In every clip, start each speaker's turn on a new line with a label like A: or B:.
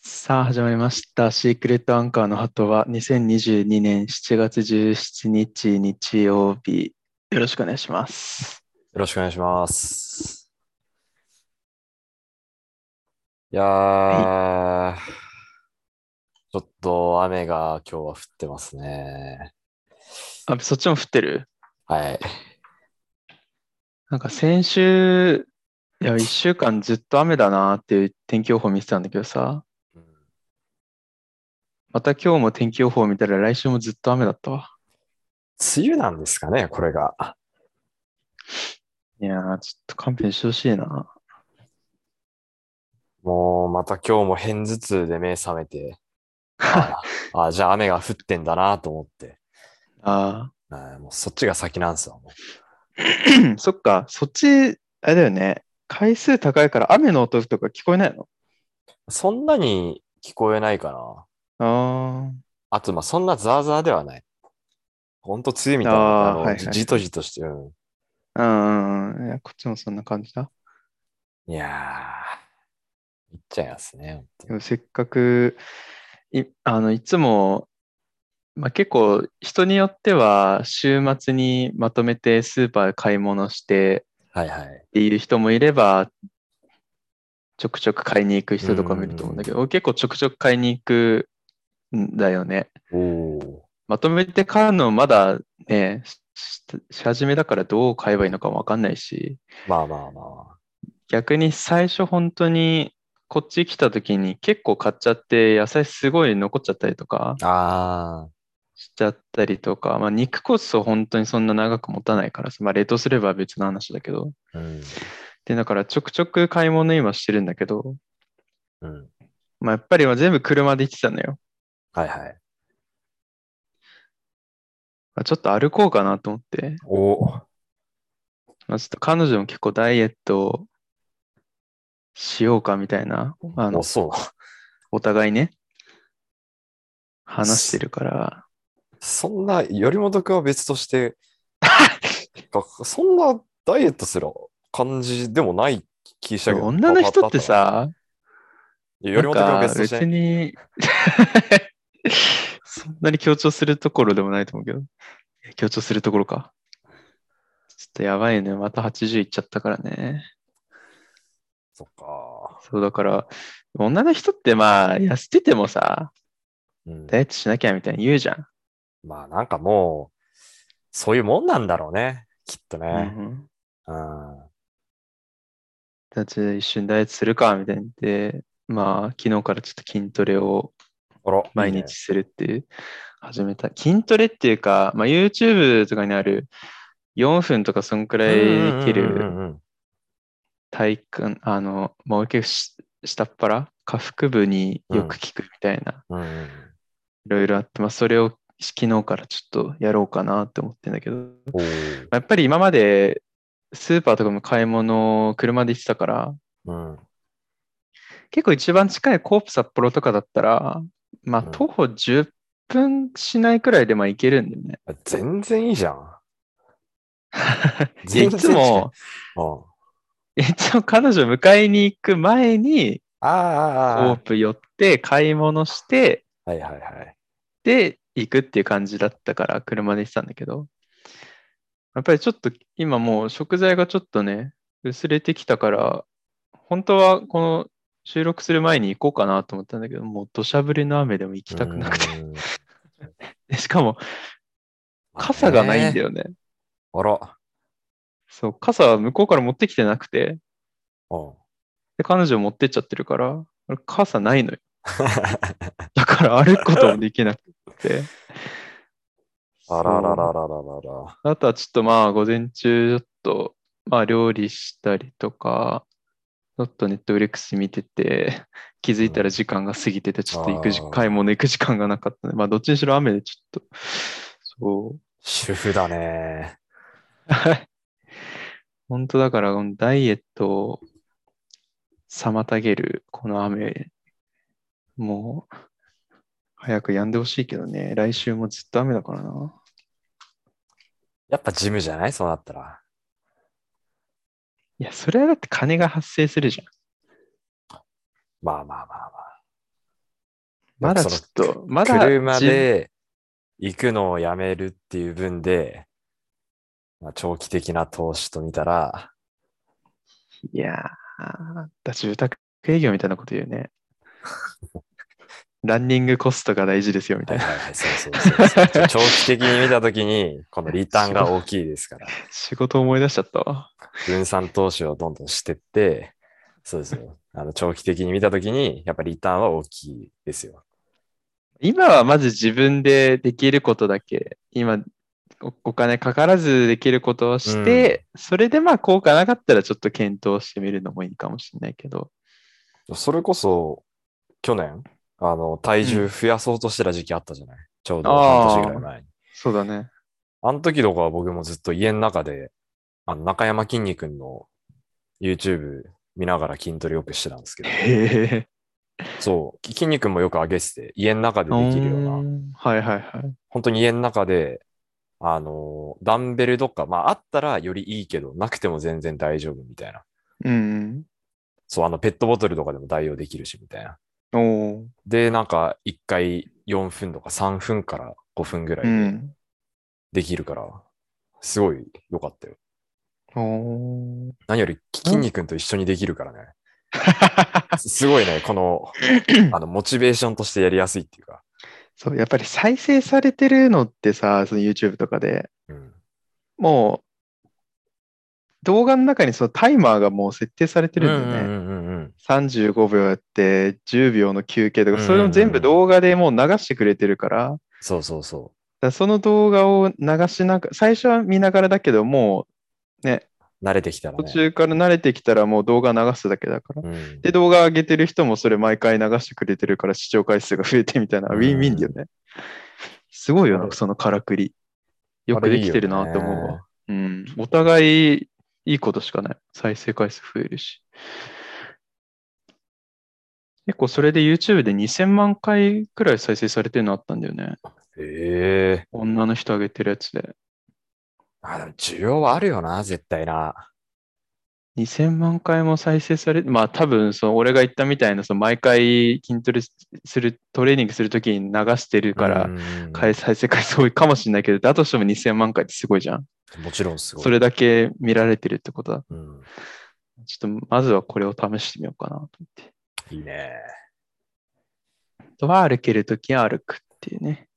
A: さあ始まりました。シークレットアンカーの鳩は2022年7月17日日曜日。よろしくお願いします。
B: よろしくお願いします。いやー、ちょっと雨が今日は降ってますね。
A: あ、そっちも降ってる
B: はい。
A: なんか先週、いや、1週間ずっと雨だなっていう天気予報見てたんだけどさ、また今日も天気予報見たら来週もずっと雨だったわ。
B: 梅雨なんですかね、これが。
A: いやー、ちょっと勘弁してほしいな。
B: もうまた今日も片頭痛で目覚めて、あーあーじゃあ雨が降ってんだなと思って、
A: あ
B: うんもうそっちが先なんですよ。もう
A: ーそっか、そっち、あれだよね。回数高いから雨の音とか聞こえないの
B: そんなに聞こえないかな。
A: あ
B: あと、まあ、そんなザーザーではない。ほんと梅雨みたい
A: あー
B: な、あの
A: はいはい
B: じじとじとして、うん。
A: あ、うんうんうん。いや、こっちもそんな感じだ。
B: いやー、いっちゃいますね。
A: でもせっかくいあのいつも、まあ、結構人によっては週末にまとめてスーパーで買い物して
B: はいはい
A: っ。ていう人もいればちょくちょく買いに行く人とかもいると思うんだけど、結構ちょくちょく買いに行くんだよね。
B: おお。
A: まとめて買うのまだねしし始めだからどう買えばいいのかもわかんないし
B: まあまあまあまあ。
A: 逆に最初本当にこっち来た時に結構買っちゃって野菜すごい残っちゃったりとか
B: あ
A: しちゃったりとか、まあ、肉こそ本当にそんな長く持たないからさ、まあ、冷凍すれば別の話だけど。
B: あ。うん。
A: で、だからちょくちょく買い物今してるんだけど、
B: うん。
A: まあ、やっぱり全部車で行ってたのよ。
B: はいはい。
A: まあ、ちょっと歩こうかなと思って、
B: おお。
A: まあ、ちょっと彼女も結構ダイエットをしようかみたいな、あの
B: お、そうなの。
A: お互いね、話してるから、
B: そんな、よりもとくは別 として、かそんなダイエットする感じでもない気したけど。
A: 女の人ってさ、
B: いや、よりもとくは
A: なん
B: 別
A: か
B: として
A: 別
B: ね。
A: に そんなに強調するところでもないと思うけどいや強調するところかちょっとやばいねまた80いっちゃったからね
B: そっか。
A: そうだから女の人ってまあ痩せててもさ
B: うん
A: ダイエットしなきゃみたいに言うじゃん、
B: まあなんかもう、そういうもんなんだろうね。きっと
A: う
B: ね。
A: ん、
B: うん。
A: だって一緒にダイエットするかみたいに言ってまあ昨日からちょっと筋トレを
B: あら、
A: 毎
B: いいね
A: 日。するっていう、始めた。筋トレっていうか、まあ、YouTube とかにある4分とかそんくらいでき
B: うんう
A: る
B: んうんうん
A: 体幹、あの、もう結構し下っ腹、下腹部によく効くみたいな、
B: うんうんうん。
A: いろいろあって、まあ、それを昨日からちょっとやろうかなって思ってんだけど、ま
B: おー
A: あやっぱり今までスーパーとかも買い物を車で行ってたから、
B: うん。
A: 結構一番近いコープ札幌とかだったら、まあ、
B: うん
A: 徒歩10分しないくらいでまあ行けるんだよね。
B: 全然いいじゃん。
A: いやい
B: 全然
A: つも、
B: うん。
A: いつも彼女迎えに行く前に、コ
B: あああ
A: ー
B: あ、
A: プ寄って、買い物して、
B: はいはいはい。
A: で、行くっていう感じだったから、車で行ってたんだけど、やっぱりちょっと、今もう食材がちょっとね、薄れてきたから、本当はこの収録する前に行こうかなと思ったんだけど、もう土砂降りの雨でも行きたくなくて、
B: うーん。
A: でしかも傘がないんだ
B: よ。
A: よね。
B: あら。
A: そう、傘は向こうから持ってきてなくて、
B: うん。
A: で、彼女持ってっちゃってるから、俺傘ないのよだから歩くこともできなくて。
B: あらららら
A: そう
B: ららら。
A: あとはちょっとまあ午前中ちょっとまあ料理したりとか、ちょっとネットフレックス見てて、 気づいたら時間が過ぎてて、ちょっと行く時
B: あー
A: 買い物行く時間がなかったので、まあどっちにしろ雨でちょっと、そう。
B: 主婦だね。
A: 本当だから、このダイエットを妨げるこの雨、もう早く止んでほしいけどね、来週もずっと雨だからな。
B: やっぱジムじゃないそうなったら。
A: いや、それはだって金が発生するじゃん。
B: まあまあまあまあ。
A: まだ
B: その
A: ちょっと、まだ
B: 車
A: じ
B: で行くのをやめるっていう分で、まあ、長期的な投資と見たら、
A: いやー、だ住宅営業みたいなこと言う ね。ランニングコストが大事ですよみ
B: は
A: た
B: い
A: いな。
B: はいはい、そうそうそうそうちょ長期的に見たときに、このリターンが大きいですから、
A: 仕事思い出しちゃったわ。
B: 分散投資をどんどんしてって、そうですよ。あの長期的に見たときに、やっぱリターンは大きいですよ。
A: 今はまず自分でできることだけ、今おお金かからずできることをして、それでまあ効果なかったらちょっと検討してみるのもいいかもしれないけど。
B: それこそ、去年、あの、体重増やそうとしてた時期あったじゃない、ちょうど半年ぐらい前に。
A: そうだね。
B: あの時とかは僕もずっと家の中で、あの中山きんに君の YouTube 見ながら筋トレよくしてたんですけど、
A: へ
B: そう、きんに君もよく上げてて、家の中でできるような、
A: はいはいはい。
B: 本当に家の中で、あの、ダンベルとか、まああったらよりいいけど、なくても全然大丈夫みたいな。
A: うん
B: そう、あのペットボトルとかでも代用できるしみたいな。
A: うん。おー
B: で、なんか1回4分とか3分から5分ぐら
A: う
B: いで
A: ん。
B: できるから、すごい良かったよ。
A: おー
B: 何よりきんに君と一緒にできる からね。すすごいね、この、あの、モチベーションとしてやりやすいっていうか。
A: そう、やっぱり再生されてるのってさ、その YouTube とかで、
B: うん。
A: もう、動画の中にそのタイマーがもう設定されてるんだよね。
B: うんうんうんうん。
A: 35秒やって、10秒の休憩とか、
B: うんうんうん
A: それも全部動画でもう流してくれてるから、だか
B: そうそうそ
A: らその動画を流しながら、最初は見ながらだけど、もうね、
B: う。慣れてきたら
A: 途
B: ね。
A: 中から慣れてきたらもう動画流すだけだから。
B: うん、
A: で、動画上げてる人もそれ毎回流してくれてるから視聴回数が増えてみたいな、
B: うん
A: ウィンウィンだよね。すごいよ
B: あ
A: な、
B: れ
A: そのからくり。よくできてるなって思うわ。
B: あれいいよね
A: うん。お互いいいことしかない。再生回数増えるし。結構それで YouTube で2000万回くらい再生されてるのあったんだよね。
B: ええ
A: 女の人上げてるやつで。
B: あ、でも需要はあるよな、絶対な。
A: 2000万回も再生されまあ多分その俺が言ったみたいなその毎回筋トレするトレーニングするときに流してるから
B: うんうんうん
A: 回再生回数多いかもしれないけどだとしても2000万回ってすごいじゃん
B: もちろんすごい。
A: それだけ見られてるってことだ
B: うん、
A: ちょっとまずはこれを試してみようかなと思って
B: いいね。
A: あとは歩けるときは歩くっていうね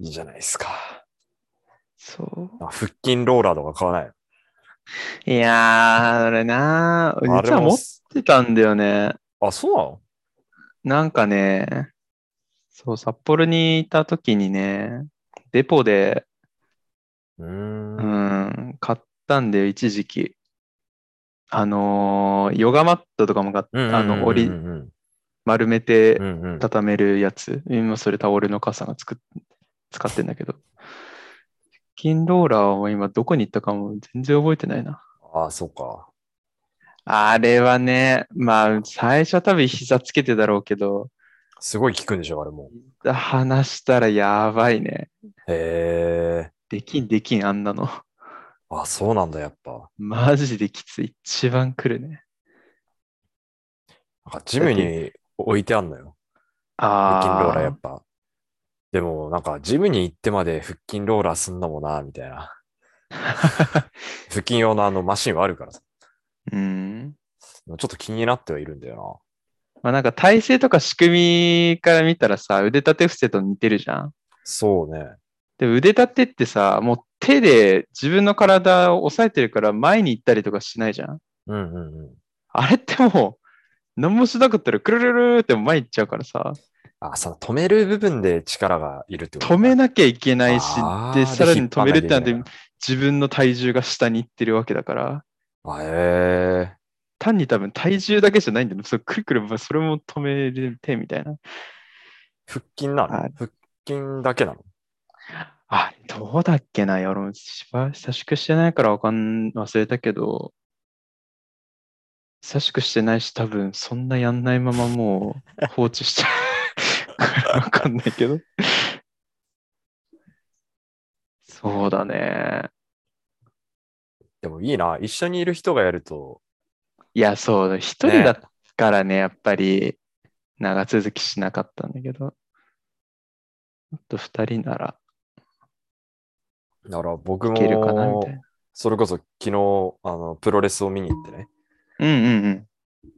B: いいじゃないですか。
A: そう
B: あ腹筋ローラーとか買わないの
A: いやー俺なー
B: あれ
A: 実は
B: も
A: 持ってたんだよね
B: あ、そうなの
A: なんかね、そう、札幌にいた時にね、デポで、
B: う
A: う
B: ーん。
A: ん、買ったんだよ、一時期。あのーヨガマットとかも買っ
B: うんうんうんうん
A: あの、折
B: う
A: り、
B: ん
A: 丸めて
B: うんうん
A: 畳めるやつ。今それタオルの傘がつく、使ってんだけど。腹筋ローラーは今どこに行ったかも全然覚えてないな。
B: あ、そうか。
A: あれはね、まあ、最初は多分膝つけてだろうけど、
B: すごい効くんでしょ、あれも。
A: 離したらやばいね。
B: へえ。
A: できんできん、あんなの。
B: あ、そうなんだ、やっぱ。
A: マジできつい。一番来るね。
B: なんかジムに置いてあんのよ。腹筋ローラーやっぱ。でもなんかジムに行ってまで腹筋ローラーすんのもな、みたいな。腹筋用のあのマシンはあるからさ。
A: うん。
B: ちょっと気になってはいるんだよ
A: まあなんか体勢とか仕組みから見たらさ、腕立て伏せと似てるじゃん。
B: な。そうね。
A: で、腕立てってさ、もう手で自分の体を押さえてるから前に行ったりとかしないじゃん。
B: うんうんうん。
A: あれってもう、何もしなかったらくるるるって前行っちゃうからさ、
B: あ、その止める部分で力がいるってこと
A: 止め
B: な
A: なきゃいけないし、
B: あー
A: で、さらに止めるってなっ
B: で
A: て
B: 引っ張んなきゃいけない
A: 自分の体重が下に行ってるわけだから、
B: あへえ。
A: 単に多分体重だけじゃないんだよね。それくるくる、それも止めれてみたいな。
B: 腹筋なの
A: はい
B: 腹筋だけなの
A: あ、どうだっけな、いや俺もしば久しくしてないからわかん、忘れたけど、久しくしてないし、多分そんなやんないままもう放置しちゃう からわかんないけど。そうだね。
B: でもいいな。一緒にいる人がやると、
A: いや、そうだ、一人だからね、やっぱり、長続きしなかったんだけど、あと2人なら
B: だから僕
A: いけるかなみ
B: も
A: たい、な。
B: それこそ昨日、あの、プロレスを見に行ってね、
A: うんうん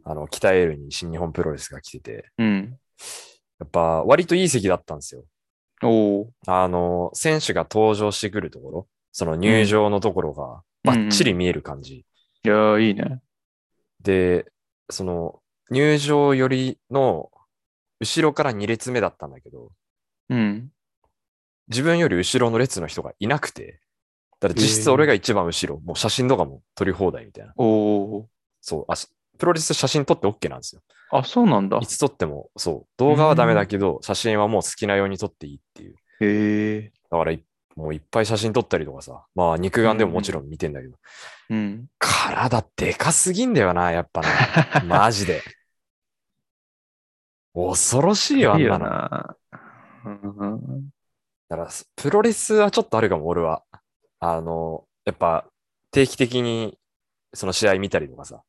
B: あの、北エールに新日本プロレスが来てて、
A: うん。うん。
B: やっぱ割といい席だったんですよ。
A: おお。
B: あの、選手が登場してくるところ、その入場のところがバッチリ見える感じ。
A: いやー、いいね。
B: で、その、入場寄りの後ろから2列目だったんだけど、
A: うん。
B: 自分より後ろの列の人がいなくて、だから実質
A: へー
B: 俺が一番後ろ、もう写真とかも撮り放題みたいな。
A: おお。
B: そう、あしプロレス写真撮って OK なんですよ。
A: あ、そうなんだ
B: い。つ撮っても、そう、動画はダメだけど、写真はもう好きなように撮っていいっていう。
A: へえ。
B: だからい、もういっぱい写真撮ったりとかさ、まあ肉眼でももちろん見てんだけど、
A: うん。
B: 体でかすぎんだよな、やっ ぱな。 マジで。恐ろしいよ、あ
A: いい
B: んな
A: よ
B: の。だ
A: な。 うん
B: から、プロレスはちょっとあるかも、俺は。あの、やっぱ、定期的に、その試合見たりとかさ、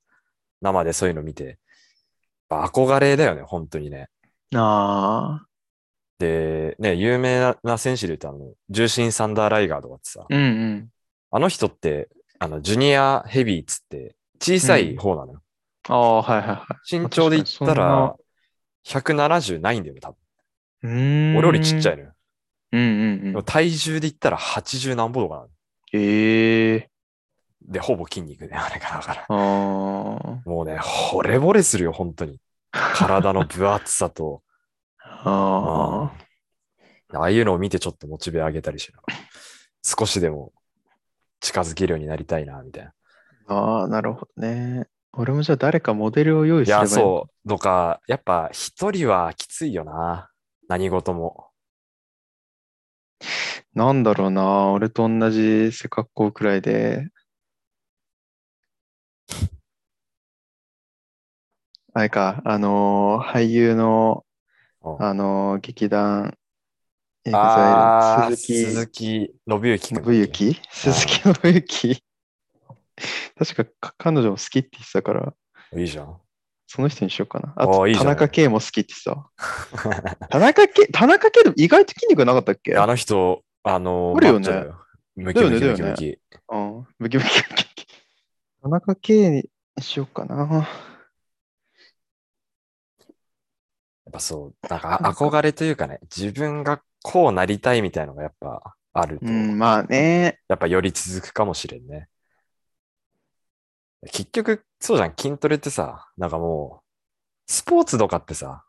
B: 生でそういうの見て、やっぱ憧れだよね、本当にね。
A: ああ。
B: で、ね、有名なな選手で言うと、あの、重心サンダーライガーとかってさ、
A: うんうん。
B: あの人って、あの、ジュニアヘビーっつって、小さい方なのよ。
A: ああ、はいはいは
B: 身長で言ったら、170ないんだよね、多
A: い。
B: 分。
A: うーん。
B: 俺よりちっちゃい
A: い。
B: のよ。
A: うんうん
B: で
A: う
B: も
A: ん。
B: 体重で言ったら80何歩とかなの。
A: ええ。
B: で、ほぼ筋肉ね、あれが。だから。
A: あー
B: もうね、惚れ惚れするよ、本当に。体の分厚さと。
A: あー。
B: ああいうのを見てちょっとモチベ上げたりしながら。少しでも近づけるようになりたいな、みたいな。
A: ああ、なるほどね。俺もじゃあ誰かモデルを用意
B: い
A: すれば
B: や、
A: いいの
B: そう。とか、やっぱ一人はきついよな。何事も。
A: なんだろうな、俺と同じ背格好くらいで。あれか、あのー俳優の、
B: うん
A: あのー劇団、エグ
B: あ
A: ザイ
B: ー
A: ル、鈴
B: 鈴木信之
A: 木
B: 君。
A: 信之鈴木信之確かか彼女も好きって言ってたから、
B: いいじゃん。
A: その人にしようかな。あと、
B: あーいいじゃ
A: 田
B: ない
A: 中圭も好きって言ってた。田中圭、田中圭でも意外と筋肉なかったっけ
B: あの人、あの、
A: あるよね
B: マッチョだよ。ムキムキ
A: だよ
B: ム
A: ね
B: キ
A: だよね
B: ムキ。
A: うん、ブキブキブキブキ。田中圭にしようかな。
B: やっぱそう、なんかあ憧れというかね、自分がこうなりたいみたいのがやっぱあると、
A: うん、まあね。
B: やっぱより続くかもしれんね。結局、そうじゃん、筋トレってさ、なんかもう、スポーツとかってさ、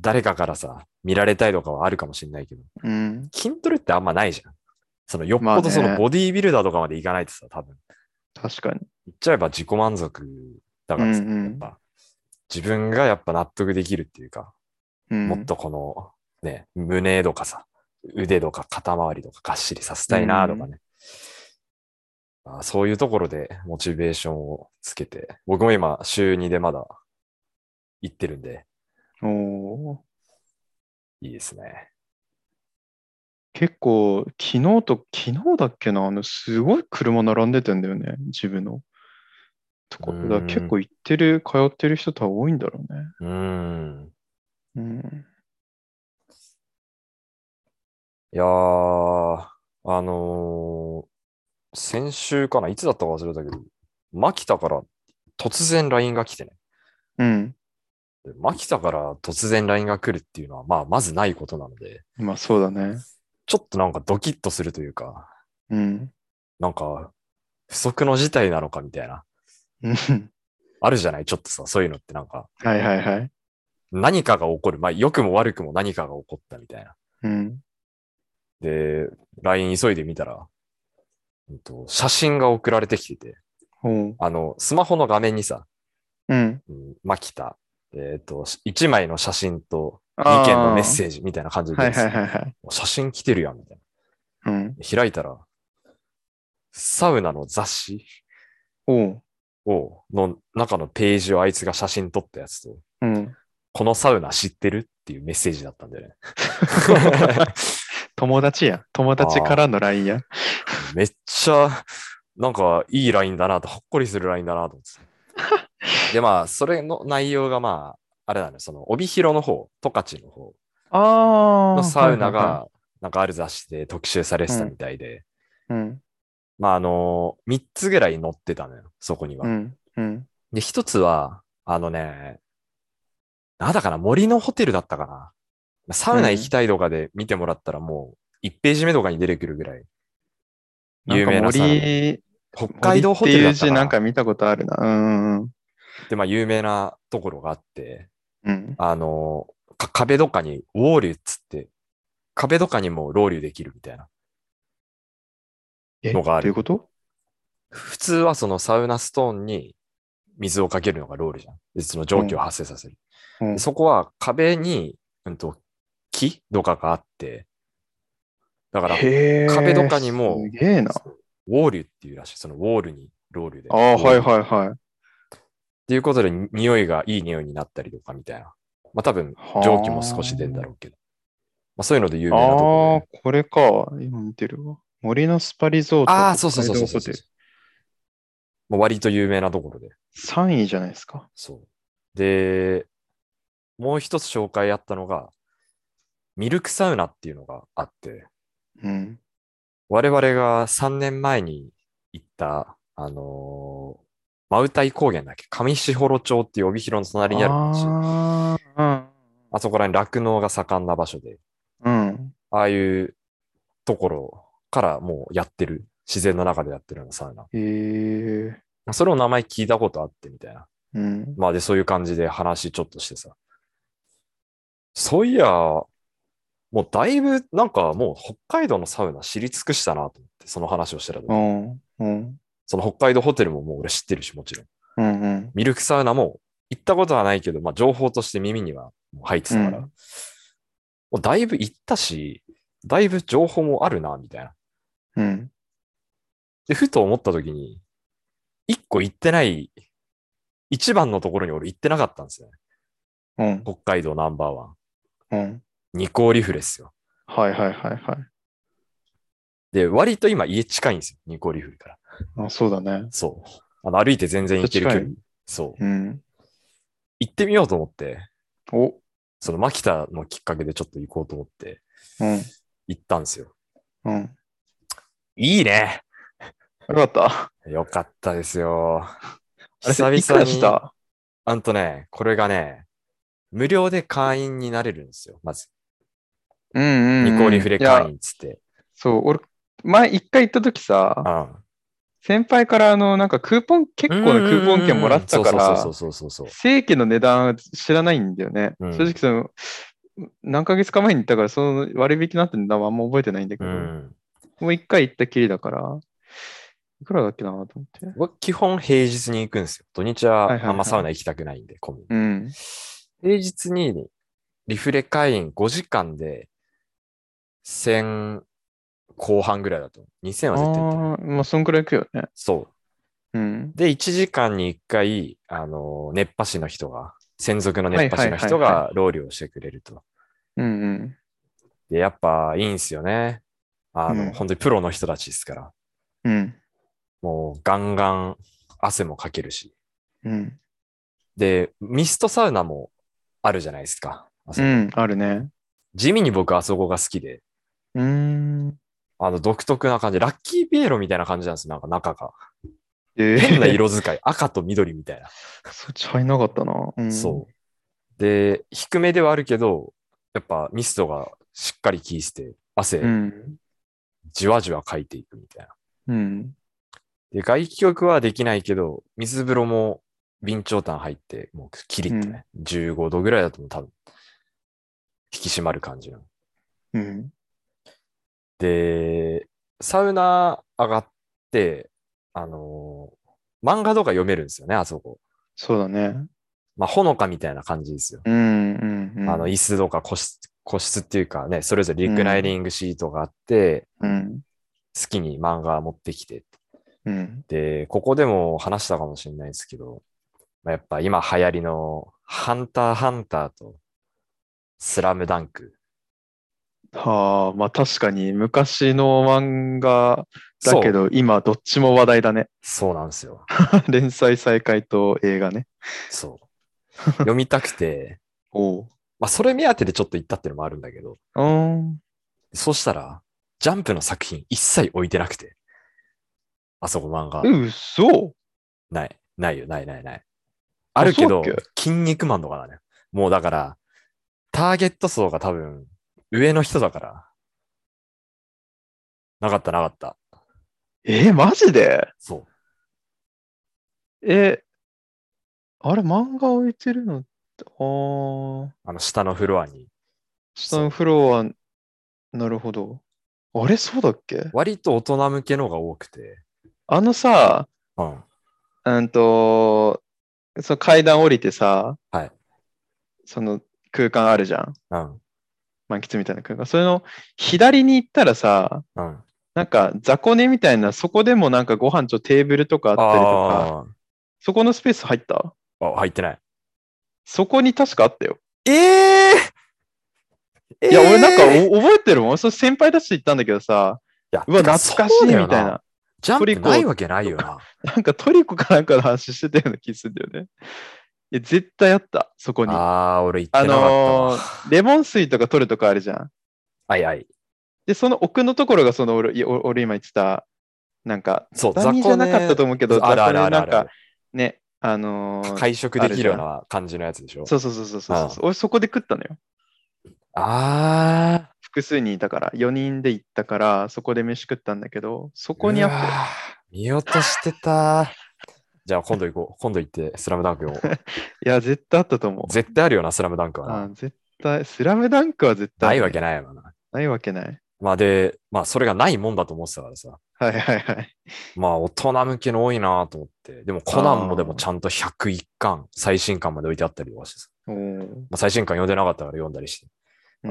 B: 誰かからさ、見られたいとかはあるかもしれないけど、
A: うん。
B: 筋トレってあんまないじゃん。そのよっ
A: まあ
B: ぽど
A: ね
B: そのボディービルダーとかまでいかないとさ、多分。
A: 確かに。
B: 言っちゃえば自己満足だからさ、
A: うんうん
B: やっぱ、自分がやっぱ納得できるっていうか、
A: うん、
B: もっとこの、ね、胸とかさ、腕とか肩周りとかがっしりさせたいなとかね。まあ、そういうところでモチベーションをつけて、僕も今週2でまだ行ってるんで、
A: おー
B: いいですね。
A: 結構、昨日と、昨日だっけな、あの、すごい車並んでたんだよね、自分の。とこ
B: うん
A: だから結構行ってる、通ってる人多分多いんだろうね。
B: うーん。
A: うん。
B: いやー、あのー先週かな、いつだったか忘れたけど、牧田から突然 LINE が来てね。
A: うん。
B: で牧田から突然 LINE が来るっていうのは、まあ、まずないことなので、
A: まあそうだね。
B: ちょっとなんかドキッとするというか、
A: うん。
B: なんか、不測の事態なのかみたいな。
A: うん
B: あるじゃないちょっとさ、そういうのってなんか、
A: はいはいはい。
B: 何かが起こる。まあ、良くも悪くも何かが起こったみたいな。
A: うん。
B: で、LINE 急いで見たら、うんと、写真が送られてきてて、
A: おう。
B: あの、スマホの画面にさ、
A: うん。
B: うん、牧田、えっ、と、1枚の写真と
A: あー
B: 2件のメッセージみたいな感じで
A: はいはいはいはい。
B: 写真来てるやん、みたい
A: うん。
B: な。開いたら、サウナの雑誌
A: おう。
B: を、の中のページをあいつが写真撮ったやつと、
A: うん。
B: このサウナ知ってるっていうメッセージだったん だよね。
A: 友達やん。友達からの LINE やん。
B: めっちゃ、なんかいいラインだなと、ほっこりするラインだなと思ってた。で、まあ、それの内容がまあ、あれだね、その帯広の方、十勝の方
A: あ
B: の
A: あ。
B: サウナ
A: はいは
B: が、なんかある雑誌で特集されてたみたいで、
A: いはい。うん。
B: まああの、3つぐらい載ってたのよ、そこには。
A: うん。うん。
B: で、1つは、あのね、なんだかな、森のホテルだったかな。サウナ行きたいとかで見てもらったらもう、1ページ目とかに出てくるぐらい、有名なサウナ
A: 森、
B: 北海道ホテルだ
A: 森
B: っ
A: って
B: た
A: いう字
B: かな
A: なんか見たことあるな。うんうん
B: で、まあ、有名なところがあって、
A: うん。うん。
B: あの、か壁とかにウォーリュっつって、壁とかにもロウリュできるみたいな。
A: え、
B: のがある
A: どういうこと
B: 普通はそのサウナストーンに水をかけるのがロールじゃん。でその蒸気を発生させる。
A: うん
B: でそこは壁に、うんと、木とかがあって、だから、ウ
A: へー
B: 壁とかにも
A: すげえな。
B: ォーリュっていうらしい。そのウォールにロールで。
A: ああ、はい
B: い。
A: はいはい。
B: っていうことで、に匂いがいい匂いになったりとかみたいな。まあ多分、
A: はあ
B: 蒸気も少し出るんだろうけど。まあそういうので有名なところ
A: あ
B: で
A: あ、これか。今見てるわ。森のスパリゾート。
B: ああ、そうそうそう
A: 北
B: そ
A: 海
B: う
A: 道
B: そう
A: ホテル
B: もう割と有名なところで。
A: 3位じゃないですか。
B: そう。で、もう一つ紹介あったのが、ミルクサウナっていうのがあって、
A: うん。
B: 我々が3年前に行った、あのーマウタイ高原だっけ上士幌町っていう帯広の隣にある町。あ
A: ああ、
B: そこらに酪農が盛んな場所で、
A: うん。うん。
B: ああいうところからもうやってる。自然の中でやってるようなサウナ。
A: へえ。
B: それを名前聞いたことあってみたいな。
A: うん。
B: まあで、そういう感じで話ちょっとしてさ。そういや、もうだいぶ、なんかもう北海道のサウナ知り尽くしたなと思って、その話をしてた時、
A: うん。うん。
B: その北海道ホテルももう俺知ってるし、もちろん。
A: うん。うん。
B: ミルクサウナも行ったことはないけど、まあ情報として耳にはもう入ってたから、
A: うん
B: もうだいぶ行ったし、だいぶ情報もあるな、みたいな。
A: うん。
B: で、ふと思った時に、一個行ってない、一番のところに俺行ってなかったんですよね。
A: うん。
B: 北海道ナンバーワン。
A: うん。
B: ニコーリフレスよ。
A: はいはいはいはい。
B: で、割と今家近いんですよ。ニコーリフレから。
A: あそうだね。
B: そう。あの歩いて全然行ける距離
A: 近い。
B: そ
A: う
B: う。
A: ん。
B: 行ってみようと思って、
A: お。
B: そのマキタのきっかけでちょっと行こうと思って
A: うん。
B: 行ったんですよ。
A: うん。
B: いいね
A: よかった。
B: よかったですよ。
A: あれ、
B: 久々に。
A: いくらした
B: あんとね、これがね、無料で会員になれるんですよ。まず。
A: うんうんうん。
B: ニコーリフレ
A: いや
B: 会員っつって。
A: そう、俺、前一回行った時さ
B: う、ん。
A: 先輩からあの、なんかクーポン、結構なクーポン券もらったか
B: うんうんうん
A: ら
B: そう、そうそうそうそうそう。
A: 正規の値段知らないんだよね。
B: うん
A: 正直その、何ヶ月か前に行ったから、その割引なんて値段はあんま覚えてないんだけ
B: う
A: ど、
B: ん。
A: もう一回行ったきりだから、いくらだっけなと思って。
B: 僕基本平日に行くんですよ。土日
A: はい
B: は
A: はいはい
B: あんまサウナ行きたくないんで、混む
A: うん。
B: 平日にリフレ会員5時間で1000後半ぐらいだと思う。2000は絶対行ってない
A: あーまあ、そんくらい行くよね。
B: そ
A: うん
B: う。。で、1時間に1回、あの、熱波師の人が、専属の熱波師の人
A: はいはいはい
B: がローリュをしてくれると。
A: うんうん。
B: で、やっぱいいんすよね。あの、
A: うん
B: 本当にプロの人たちですから。
A: うん。
B: もうガンガン汗もかけるし。
A: うん。
B: で、ミストサウナもあるじゃないですか。あそうこ
A: ん。あるね。
B: 地味に僕あそこが好きで。
A: うーん。
B: あの、独特な感じ。ラッキーピエロみたいな感じなんですよ。なんか 中が。
A: えー
B: 変な。色使い。赤と緑みたいな。
A: そっち入んなかったな。うん、
B: そう。で、低めではあるけど、やっぱミストがしっかり効いてて、
A: う
B: 汗、
A: ん。
B: じわじわかいていくみたいな。
A: うん。
B: で、外気浴はできないけど、水風呂も備長炭入って、もうキリッとね、15度ぐらいだともう多分、引き締まる感じの。
A: うん。
B: で、サウナ上がって、あのー漫画とか読めるんですよね、あそこ。
A: そうだね。
B: まあ、ほのかみたいな感じですよ。
A: うんうんうん。
B: あの、椅子とか個室、個室っていうかね、それぞれリクライニングシートがあって、
A: うん。
B: 好きに漫画持ってきて。
A: うん。
B: で、ここでも話したかもしれないですけど、まあ、やっぱ今流行りの、ハンターハンターと、スラムダンク。
A: はあ、まあ確かに昔の漫画だけ
B: そう、
A: ど、今どっちも話題だね。
B: そうなんですよ。
A: 連載再開と映画ね。
B: そう。読みたくて、
A: おう。
B: まあ、それ目当てでちょっと行ったっていうのもあるんだけど、
A: あー
B: そうしたら、ジャンプの作品一切置いてなくて、あそこ漫画、
A: え、嘘
B: ない、ないよ、ないないない。あるけど
A: そうだっ、
B: 筋肉マンとかだね。もうだから、ターゲット層が多分、上の人だから。なかった、なかった。
A: え、マジで
B: そう。
A: え、あれ、漫画置いてるのって、あー、
B: あの、下のフロアに。
A: 下のフロア、なるほど。あれ、そうだっけ
B: 割と大人向けのが多くて。
A: あのさ、
B: うん。
A: うんと、その階段降りてさ、
B: はい
A: その空間あるじゃん。
B: うん。
A: 満喫みたいな空間。それの左に行ったらさ、
B: うん。
A: なんか雑魚寝みたいな、そこでもなんかご飯ちょテーブルとかあったりとか、
B: あ
A: そこのスペース入った
B: ーあ、入ってない。
A: そこに確かあったよ。
B: えええ
A: いや、俺なんか
B: い
A: お覚えてるもん。それ先輩たちと行ったんだけどさ、
B: や
A: うわ、
B: てか
A: 懐かしいみたい
B: そうだよ
A: な。
B: ジャン
A: トリ
B: プ
A: コ
B: ないわけないよな。
A: なんかトリコかなんかの話してたような気するんだよね。いや、絶対あった、そこに。あ
B: ああー、俺行ってなかった
A: の
B: わ。
A: ー、レモン水とか取るとかあるじゃん。
B: はいはい。
A: で、その奥のところが、その俺、いや俺俺今言ってた、なんか、
B: そう、
A: ダミーじゃなかったと思うけど、
B: あるあるある
A: 雑魚寝な
B: あ
A: ん
B: る
A: か。ね、あのー
B: 会食できるような感じのやつでしょ。
A: そうそうそうそうそう
B: ああ
A: そう。俺そこで食ったのよ。
B: ああ。
A: 複数人いたから、4人で行ったから、そこで飯食ったんだけど、そこにあ
B: う
A: っ
B: わー見落としてた。じゃあ今度行こう。今度行って、スラムダンクを。
A: て、いや、絶対あったと思う。
B: 絶対あるよな、スラムダンクは
A: あ
B: な
A: あ。絶対、スラムダンクは絶対あ
B: な
A: る
B: い
A: ね、
B: わけないわな。
A: ないわけない。
B: まあで、まあそれがないもんだと思ってたからさ。
A: はいはいはい。
B: まあ大人向けの多いなと思って。でもコナン
A: あ
B: も
A: ー
B: でもちゃんと101巻、最新巻まで置いてあったりとかしてさ。
A: おー
B: まあ最新巻読んでなかったから読んだりして。
A: うん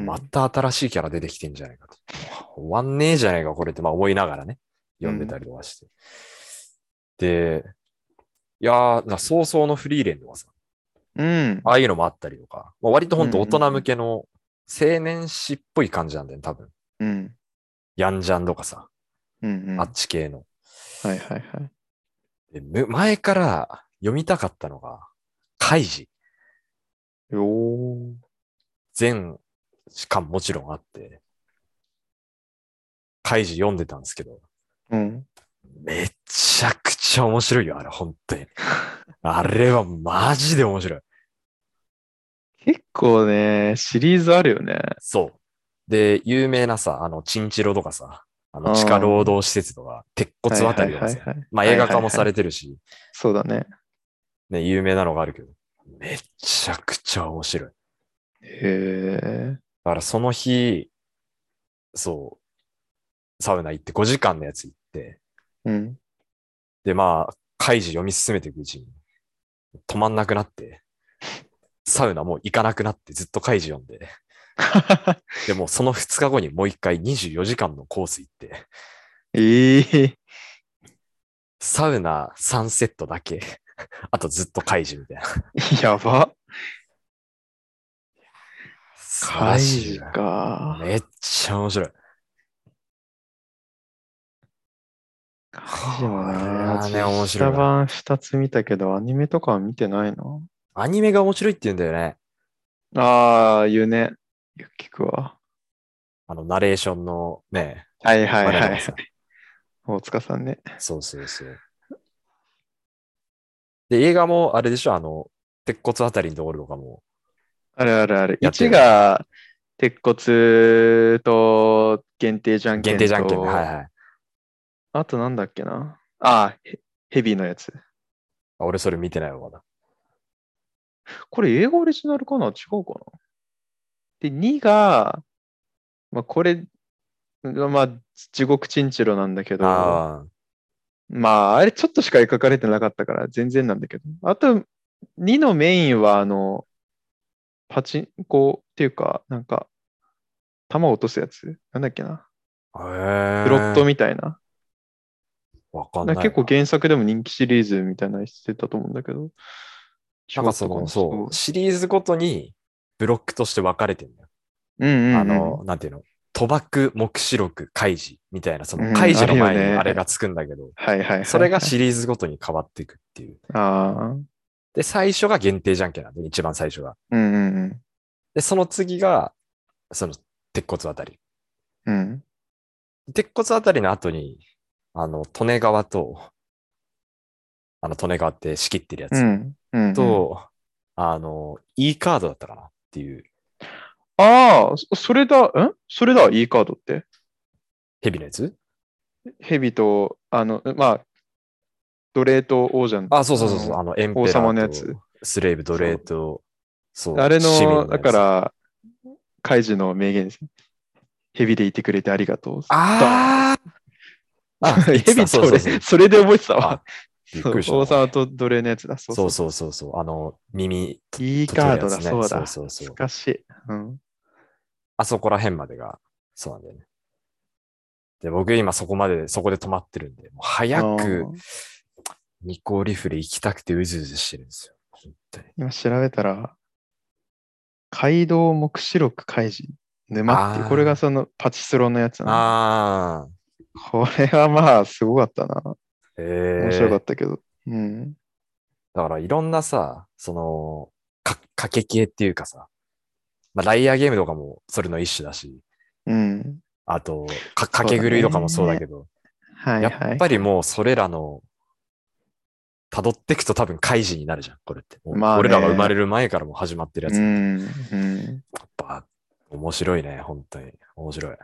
B: また新しいキャラ出てきてんじゃないかと。終わんねえじゃねえか、これって、まあ思いながらね、読んでたりとかして。で、いやー、な早々のフリーレンとかさ、
A: うん。
B: ああいうのもあったりとか、まあ、割と本当
A: うんうん
B: 大
A: うん
B: 人向けの青年誌っぽい感じなんだよね、多分。
A: うん。
B: ヤンジャンとかさ、
A: うん、うん。は
B: あっち系の。
A: いはいはい。
B: でむ前から読みたかったのが、カイジ。
A: おー
B: 全巻もちろんあって、カイジ読んでたんですけど、
A: うん。
B: めちゃくちゃ面白いよ、あれ、本当に。あれはマジで面白い。
A: 結構ね、シリーズあるよね。
B: そう。で、有名なさ、あの、チンチロとかさ、あ
A: あ
B: の、
A: ー
B: 地下労働施設とか、鉄骨あたりとか
A: はい
B: さ
A: は、いはいはい
B: まあ映画化もさ
A: はいはいはい
B: れてるし、
A: そうだね。
B: ね、有名なのがあるけど、めちゃくちゃ面白い。
A: へえ。
B: だからその日、そう、サウナ行って5時間のやつ行って、
A: うん。
B: で、まあ、カイジ読み進めていくうちに、止まんなくなって、サウナもう行かなくなってずっとカイジ読 んで、でもその2日後にもう一回24時間のコース行って、
A: ええ。
B: サウナ3セットだけ、あとずっと開示みたいな。
A: やば。カイジ
B: 素晴らしいわ
A: か。
B: めっちゃ面白い。
A: カイジも
B: あ
A: ね、
B: れ面白い
A: 下版2つ見たけど、アニメとかは見てないな。
B: アニメが面白いって言うんだよね。
A: ああ、言うね。よく聞くわ。
B: あの、ナレーションのね、
A: はいはいは
B: 我々
A: い
B: が。さ
A: 大塚さんね。
B: そうそうそう。で、映画もあれでしょ、あの、鉄骨あたりのところとかも、
A: あるあるある。
B: やっ
A: 1
B: てる
A: が鉄骨と限定じゃんけんと。
B: 限定じゃんけんね。はいはい。
A: あとなんだっけな。ああ、ヘヘビーのやつ。
B: あ俺それ見てないわ、まだ。
A: これ映画オリジナルかな違うかなで、2が、まあこれ、まあ、地獄チンチロなんだけど、
B: ああ、
A: まあ、あれちょっとしか描かれてなかったから全然なんだけど。あと、2のメインは、あの、パチンコっていうか、なんか、弾を落とすやつなんだっけな
B: へえ。
A: プロットみたいな。
B: わかんな
A: ないん
B: な。
A: か結構原作でも人気シリーズみたいなのしてたと思うんだけど。
B: なんかその、そう、シリーズごとにブロックとして分かれてるんだよ。
A: う。うんうん、うん。
B: あの、なんていうの賭博、目視録、開示みたいな、そ
A: うん
B: の開示の前
A: あるよ
B: に
A: ね
B: あれがつくんだけど、
A: はいはいはいはい、
B: それがシリーズごとに変わっていくっていう。
A: ああ。
B: で、最初が限定じゃんけんなんで、一番最初が。
A: うんうん
B: で、その次が、その、鉄骨あたり。
A: うん。うん。
B: 鉄骨あたりの後に、あの、利根川と、あの、利根川って仕切ってるや
A: う
B: つ
A: ん。うん。
B: と、あの、E カードだったかなっていう、
A: ああ、そそれだ、んそれだ、E カードって。
B: ヘビのやつ
A: ヘビと、あの、まあ、奴隷と王者の。
B: あ、そうそうそうそう、あの、エンペラーと
A: 王様のやつ
B: スレイブ、奴隷と、そう、
A: あれ
B: 市民
A: の、だ
B: やつ
A: から、カイジの名言ですね。ヘビでいてくれてありがとう。
B: あーあ
A: ヘビ
B: そ
A: そう
B: そう
A: れ、
B: そう
A: それで覚えてたわ
B: あ。びっくりした。
A: そう王様と奴隷のやつだ。そうそ
B: そううそうそうそう、あの、耳、
A: E カードだ、
B: 取れ
A: そ
B: るや
A: う
B: つね
A: だ。
B: そうそうそう
A: 懐かしい。うん。
B: あそこら辺までが、そうなんだよね。で、僕今そこまで、そこで止まってるんで、もう早
A: あ
B: く
A: ー
B: ニコリフレ行きたくてうずうずしてるんですよ。本当に。
A: 今調べたら、街道目視録開示沼ってい
B: あ
A: う、
B: ー
A: これがそのパチスロのやつな
B: ああ、
A: のこれはまあ、すごかったな。
B: え
A: 面
B: え
A: 白かったけど。うん。
B: だからいろんなさ、その、か、賭け系っていうかさ、まあ、ライアーゲームとかもそれの一種だし、
A: うん。
B: あと、か、賭け狂いとかもそうだけど、
A: はい
B: や
A: は
B: っ
A: い。
B: ぱりもうそれらの、辿ってくと多分開示になるじゃん、これって。もう
A: まあね
B: 俺らが生まれる前からもう始まってるやつ。
A: う
B: や
A: ん。うん。
B: っぱ、面白いね、本当に。面白い。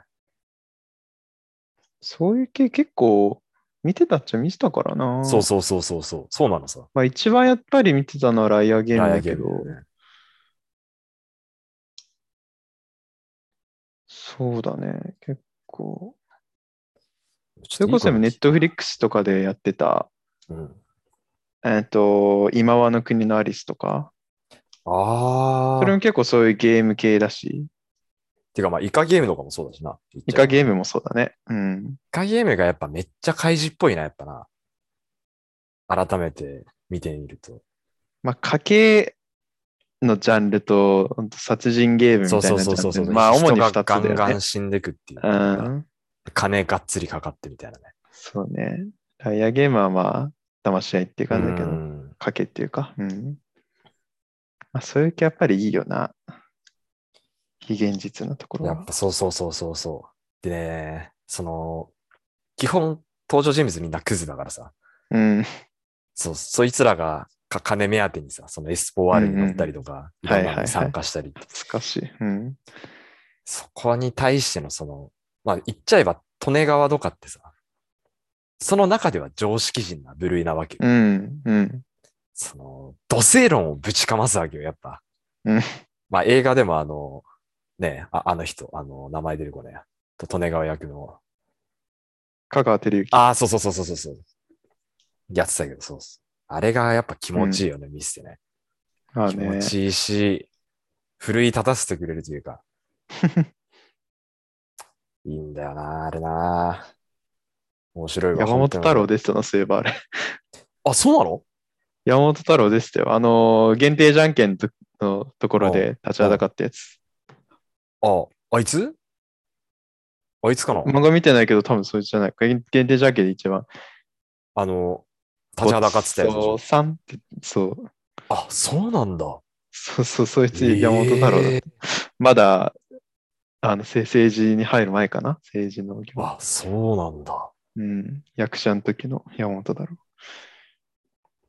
A: そういう系結構見てたっちゃ見てたからな。
B: そうそうそうそうそう。そうなのさ。
A: まあ一番やっぱり見てたのはライアーゲーム
B: ライア
A: だ
B: ー
A: け
B: ゲーム
A: ど、
B: だよね
A: そうだね、結構。
B: ち
A: それ
B: ょっとい
A: こ
B: い
A: そ
B: 声
A: ネットフリックスとかでやってた、
B: うん。
A: えっと、今はの国のアリスとか、
B: あ
A: それ
B: あ。
A: も結構そういうゲーム系だし、
B: てかまあ、イカゲームとかもそうだしな。
A: イカ
B: ーム。イ
A: ゲームもそうだね。うん。
B: カゲームがやっぱめっちゃ開示っぽいな、やっぱな。改めて見てみると。
A: まあ家系のジャンルと、ほんと殺人ゲームみた
B: そ
A: いうなジャ
B: そ
A: ン
B: う
A: ル。
B: そうそうそう。
A: まあ主に2つ
B: 人
A: だ
B: がガン
A: よ
B: ガ
A: ね
B: ン。死んでくっていう
A: う
B: か。
A: ん。
B: 金がっつりかかってみたいなね。
A: そうね。ライアーゲームはまあ、騙し合いっていう感じだけど
B: う、ん
A: 賭けっていうか、うん。まあ、そういう気やっぱりいいよな。非現実なところ
B: や
A: は
B: っ。ぱそうそうそうそうそう。でね、その、基本登場人物みんなクズだからさ、
A: うん。
B: そう、そいつらがか金目当てにさ、その S4R に乗ったりとか、
A: うん
B: いろ
A: はい
B: んなの
A: はいは
B: に
A: い
B: 参加したりって、
A: 懐かしい。うん。
B: そこに対してのその、まあ言っちゃえば利根川とかってさ、その中では常識人な部類なわけ
A: う
B: よ。
A: ん。うん。
B: その、土星論をぶちかますわけよ、やっぱ。
A: うん
B: まあ映画でもあの、ねあ、あの人、あの、名前出る子ね、と利根川役の
A: 香川照之。
B: ああ、そうそうそうそうそうそう。やってたけど、そうそう。あれがやっぱ気持ちいいよね、見せてね。
A: まあ
B: 気持
A: ね。
B: ちいいし、奮い立たせてくれるとい うか。いいんだよな、あれな。面白いわ。
A: 山本太郎
B: で。
A: でしたの、そういえばあれ。
B: あ、そうなの
A: 山本太郎でしたよ。あのー、限定じゃんけんのとのところで立ちはだかったやつ。
B: あ、あいつあいつかな
A: 漫画見てないけど、多分そいつじゃない。限限定じゃんけんで一番。
B: あの、立ちはだかってたやつでし
A: そう、
B: ょ。
A: さんって、そう。
B: あ、そうなんだ。
A: そうそう、そいつ山本太郎だった。
B: え
A: まだ、あの、せ政治に入る前かな政治の業務
B: あ、そうなんだ。
A: うん。役者の時の山本だろ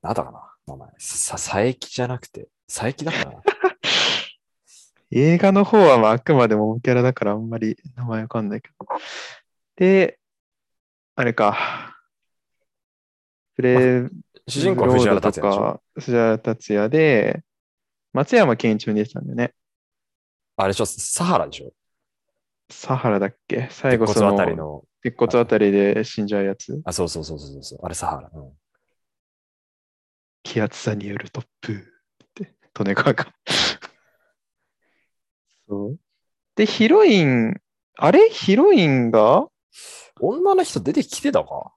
B: なんだかな名前。さ、佐伯じゃなくて、佐伯だから な。
A: う。映画の方は、まあ、あくまでもモキャラだからあんまり名前わかんないけど。で、あれか。プレイ
B: 主人公は藤原達也でしょ
A: ロードとか藤原達也で、松山健一も出てたんだよね。
B: あれでしょ、サハラでしょ
A: サハラだっけ最
B: 鉄
A: 後そ
B: 骨
A: の、
B: あたりの。
A: 鉄骨あたりで死んじゃうやつ。
B: あ、そうそうそうそうそう。あれサハラ。うん
A: 気圧差による突風って、利根川 か。そう。で、ヒロイン、あれヒロインが
B: 女の人出てきてたか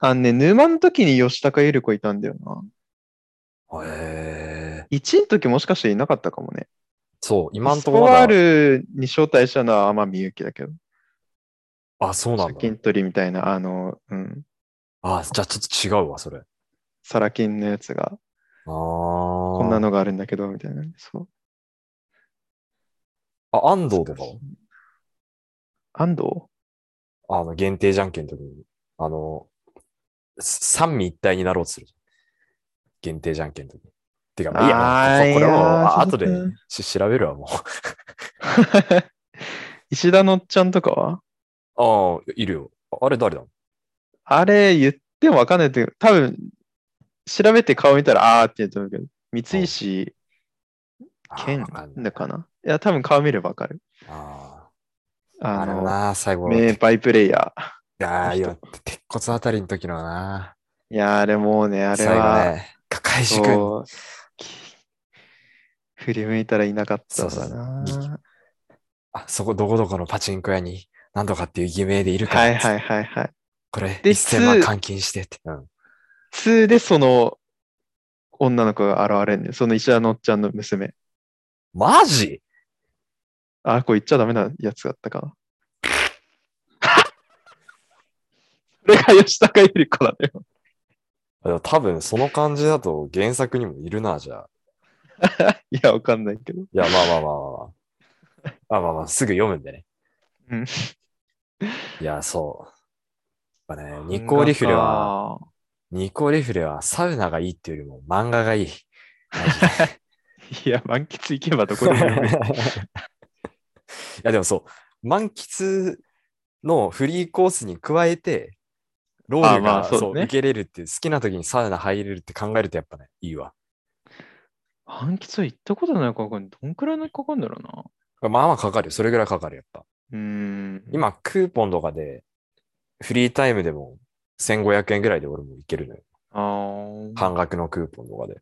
A: あのね、沼の時に吉高由里子いたんだよな。
B: へえ。
A: 1の時もしかしていなかったかもね。
B: そう、今ん
A: ス
B: と
A: コ
B: こ
A: ア
B: ま
A: ー
B: だ。
A: ルに招待したのは天海祐希だけど、
B: あ、そうなん
A: 借
B: だ。
A: 金取りみたいな、あの、うん、
B: あ、じゃあちょっと違うわ、それ。
A: サラ金のやつが
B: こ
A: こんな。のがあるんだけど、みたいな。そう。
B: あ、安藤とかは
A: 安藤
B: あの、限定じゃんけんの時に、あの、す三位一体になろうとするじゃん。限定じゃんけんの時に。てか、まあ
A: あー
B: いいや、ここれ
A: い
B: も
A: やー
B: あ
A: ちょ
B: 後
A: っと
B: でし調べるわ、も
A: 石田のっちゃんとかは
B: う。ああ、いるよ。あれ誰だ
A: あれ言ってもわかんないけど、多分、調べて顔見たら、あーって言うと思うけど、三石健
B: あーわかんない
A: だかないや、多分顔見ればわかる。
B: あー
A: あ
B: あれ
A: の、
B: な、最後の。
A: 名バイプレイヤー。
B: ああ、今、鉄骨あたりの時のな。
A: いやー、あれもうね、あれ
B: 最後
A: は、
B: ね、かかえし君。
A: そうき振り向いたらいなかったんだな。
B: そうそうあそこ、どこどこのパチンコ屋に、なんとかっていう偽名でいるから。
A: はいはいはいはい。
B: これ、
A: で
B: 1000万
A: つ
B: 換金してって。うん。
A: 2でその女の子が現れんねんその石田のおっちゃんの娘。
B: マジ
A: あ、これ言っちゃダメなやつだったかな。 それが吉高由里子だね。
B: あでも多分、その感じだと原作にもいるな、じゃあ。
A: いや、わかんないけど。
B: いや、まあまあまあまあまあ。あまあまあ、すぐ読むんでね。
A: うん
B: いや、そう。やっぱね、ニコリフレは、ニコリフレはサウナがいいっていうよりも漫画がいい。
A: 漫画か。いや、満喫行けばどこでも読め
B: い
A: る。
B: や、でもそう、満喫のフリーコースに加えて、ロー
A: あ
B: ル
A: まあ
B: が
A: そう
B: そう
A: ね
B: 受けれるって、好きな時にサウナ入れるって考えるとやっぱね、いいわ。
A: 満喫は行ったことないから、これどんくらいのかかるんだろうな。
B: まあまあかかるよ。それぐらいかかる、やっぱ。
A: うーん。
B: 今、クーポンとかで、フリータイムでも1500円ぐらいで俺もいけるのよ。
A: あー
B: 半額のクーポンとかで。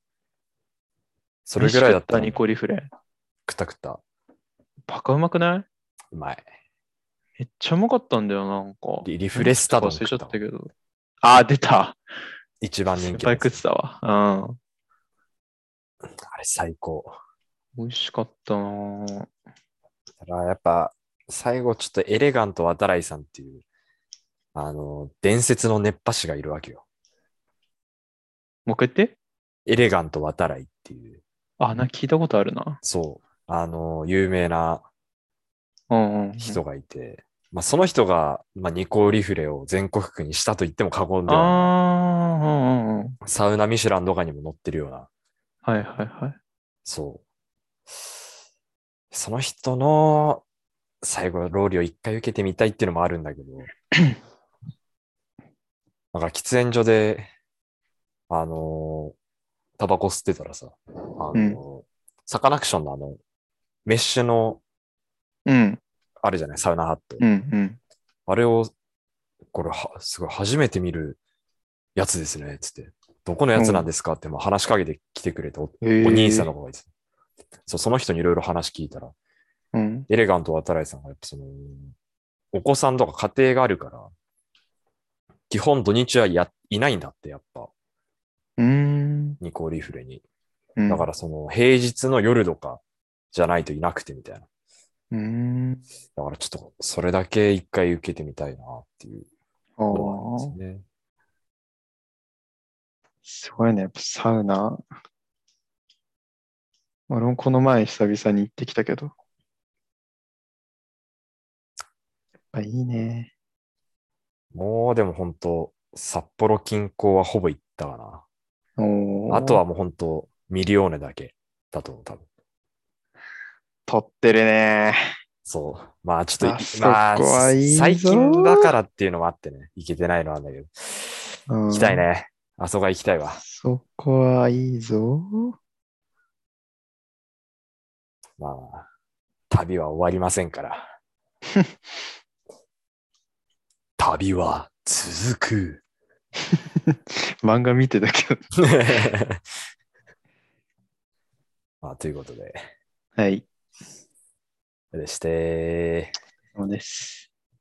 B: それぐらいだったら、
A: 飯食
B: 食
A: ニコリフレ。
B: った食った。
A: バカうまくないう
B: まい。
A: めっちゃうまかったんだよ、なんか。
B: リリフレスタ
A: 忘
B: 丼
A: れちゃったけ
B: 食
A: ど。あー、出た。
B: 一番
A: い
B: 人
A: っ
B: 気
A: ぱ
B: の
A: い
B: や
A: 食
B: つ
A: ってたわ。うん。
B: あれ最高。
A: 美味しかったなぁ
B: だからやっぱ、最後ちょっとエレガント渡来さんっていう、あの、伝説の熱波師がいるわけよ。
A: もう一回言って。
B: エレガント渡来っていう、
A: あ、なんか聞いたことあるな。
B: そう、あの、有名な
A: うんうんうん。
B: 人がいて、まあ、その人が、まあ、ニコリフレを全国区にしたと言っても過言ではな
A: ああ、うんうんうん。
B: い。サウナミシュランとかにも載ってるような、
A: はいはいはい。
B: そう。その人の最後、ローリを一回受けてみたいっていうのもあるんだけど、なんか喫煙所で、あのータバコ吸ってたらさ、あのーサカナクションのあの、メッシュの、
A: うん
B: あるじゃない、サウナハット。
A: うんうん。
B: あれを、これは、すごい初めて見るやつですね、つって。どこのやつなんですかって、まあ話しかけてきてくれてお、
A: えー
B: お兄さんの。方がいて、そうその人にいろいろ話聞いたら、
A: うん。
B: エレガント渡来さんが、やっぱその、お子さんとか家庭があるから、基本土日はやいないんだって、やっぱ、
A: うーん。
B: ニコリフレに。
A: うん
B: だか。らその、平日の夜とかじゃないといなくてみたいな。
A: うーん。
B: だからちょっと、それだけ一回受けてみたいなっていう
A: あ
B: ことなんです
A: ーす
B: ね。
A: ごいね。やっぱサウナ。俺もこの前久々に行ってきたけど。やっぱいいね。
B: もうでも本当、札幌近郊はほぼ行ったか
A: おー
B: な。あとは。もう本当、ミリオーネだけだと思う、多分。
A: 取ってるね。
B: そう。まあちょっ
A: あ
B: と
A: そ
B: い、
A: こ
B: まあ、
A: はいいぞ
B: 最近だからっていうのもあってね、行けてないのはあんだけど、
A: うん
B: 行きたいね。あそこは行きたいわ。
A: そこはいいぞ。
B: まあまあ、旅は終わりませ んから。旅は続く。
A: 漫画見てたけど。
B: まあ、ということで、
A: はい。
B: でして、
A: そうです。